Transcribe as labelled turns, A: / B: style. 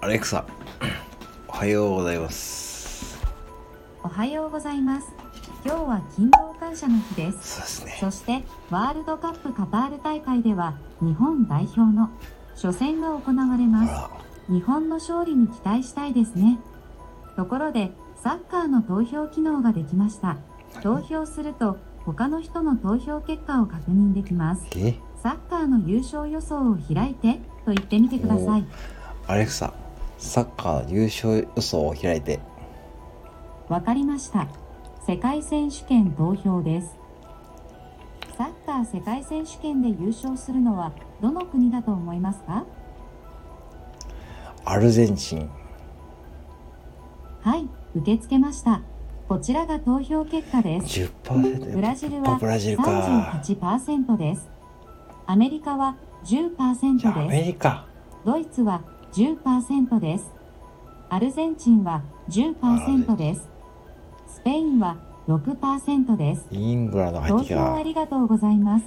A: アレクサ、おはようございます。
B: おはようございます。今日は勤労感謝の日です。
A: そうですね。
B: そして、ワールドカップカタール大会では、日本代表の初戦が行われます。
A: あ
B: 日本の勝利に期待したいですね。ところで、サッカーの投票機能ができました。投票すると、他の人の投票結果を確認できます。
A: ら、え
B: サッカーの優勝予想を開いてと言ってみてください。
A: アレクサ、サッカーの優勝予想を開いて、
B: わかりました。世界選手権投票です。サッカー世界選手権で優勝するのはどの国だと思いますか
A: アルゼンチン。
B: はい、受け付けました。こちらが投票結果です。
A: 10%
B: ブラジル
A: やっぱ
B: は
A: ブラジルか
B: 38%です。アメリカは
A: じゃあア
B: 10%で
A: メ
B: す。
A: リカ
B: ドイツは10%です。アルゼンチンは10%です。スペインは6%です。
A: イングランド入
B: 投
A: ってき
B: 票あ
A: た
B: りがとうございます。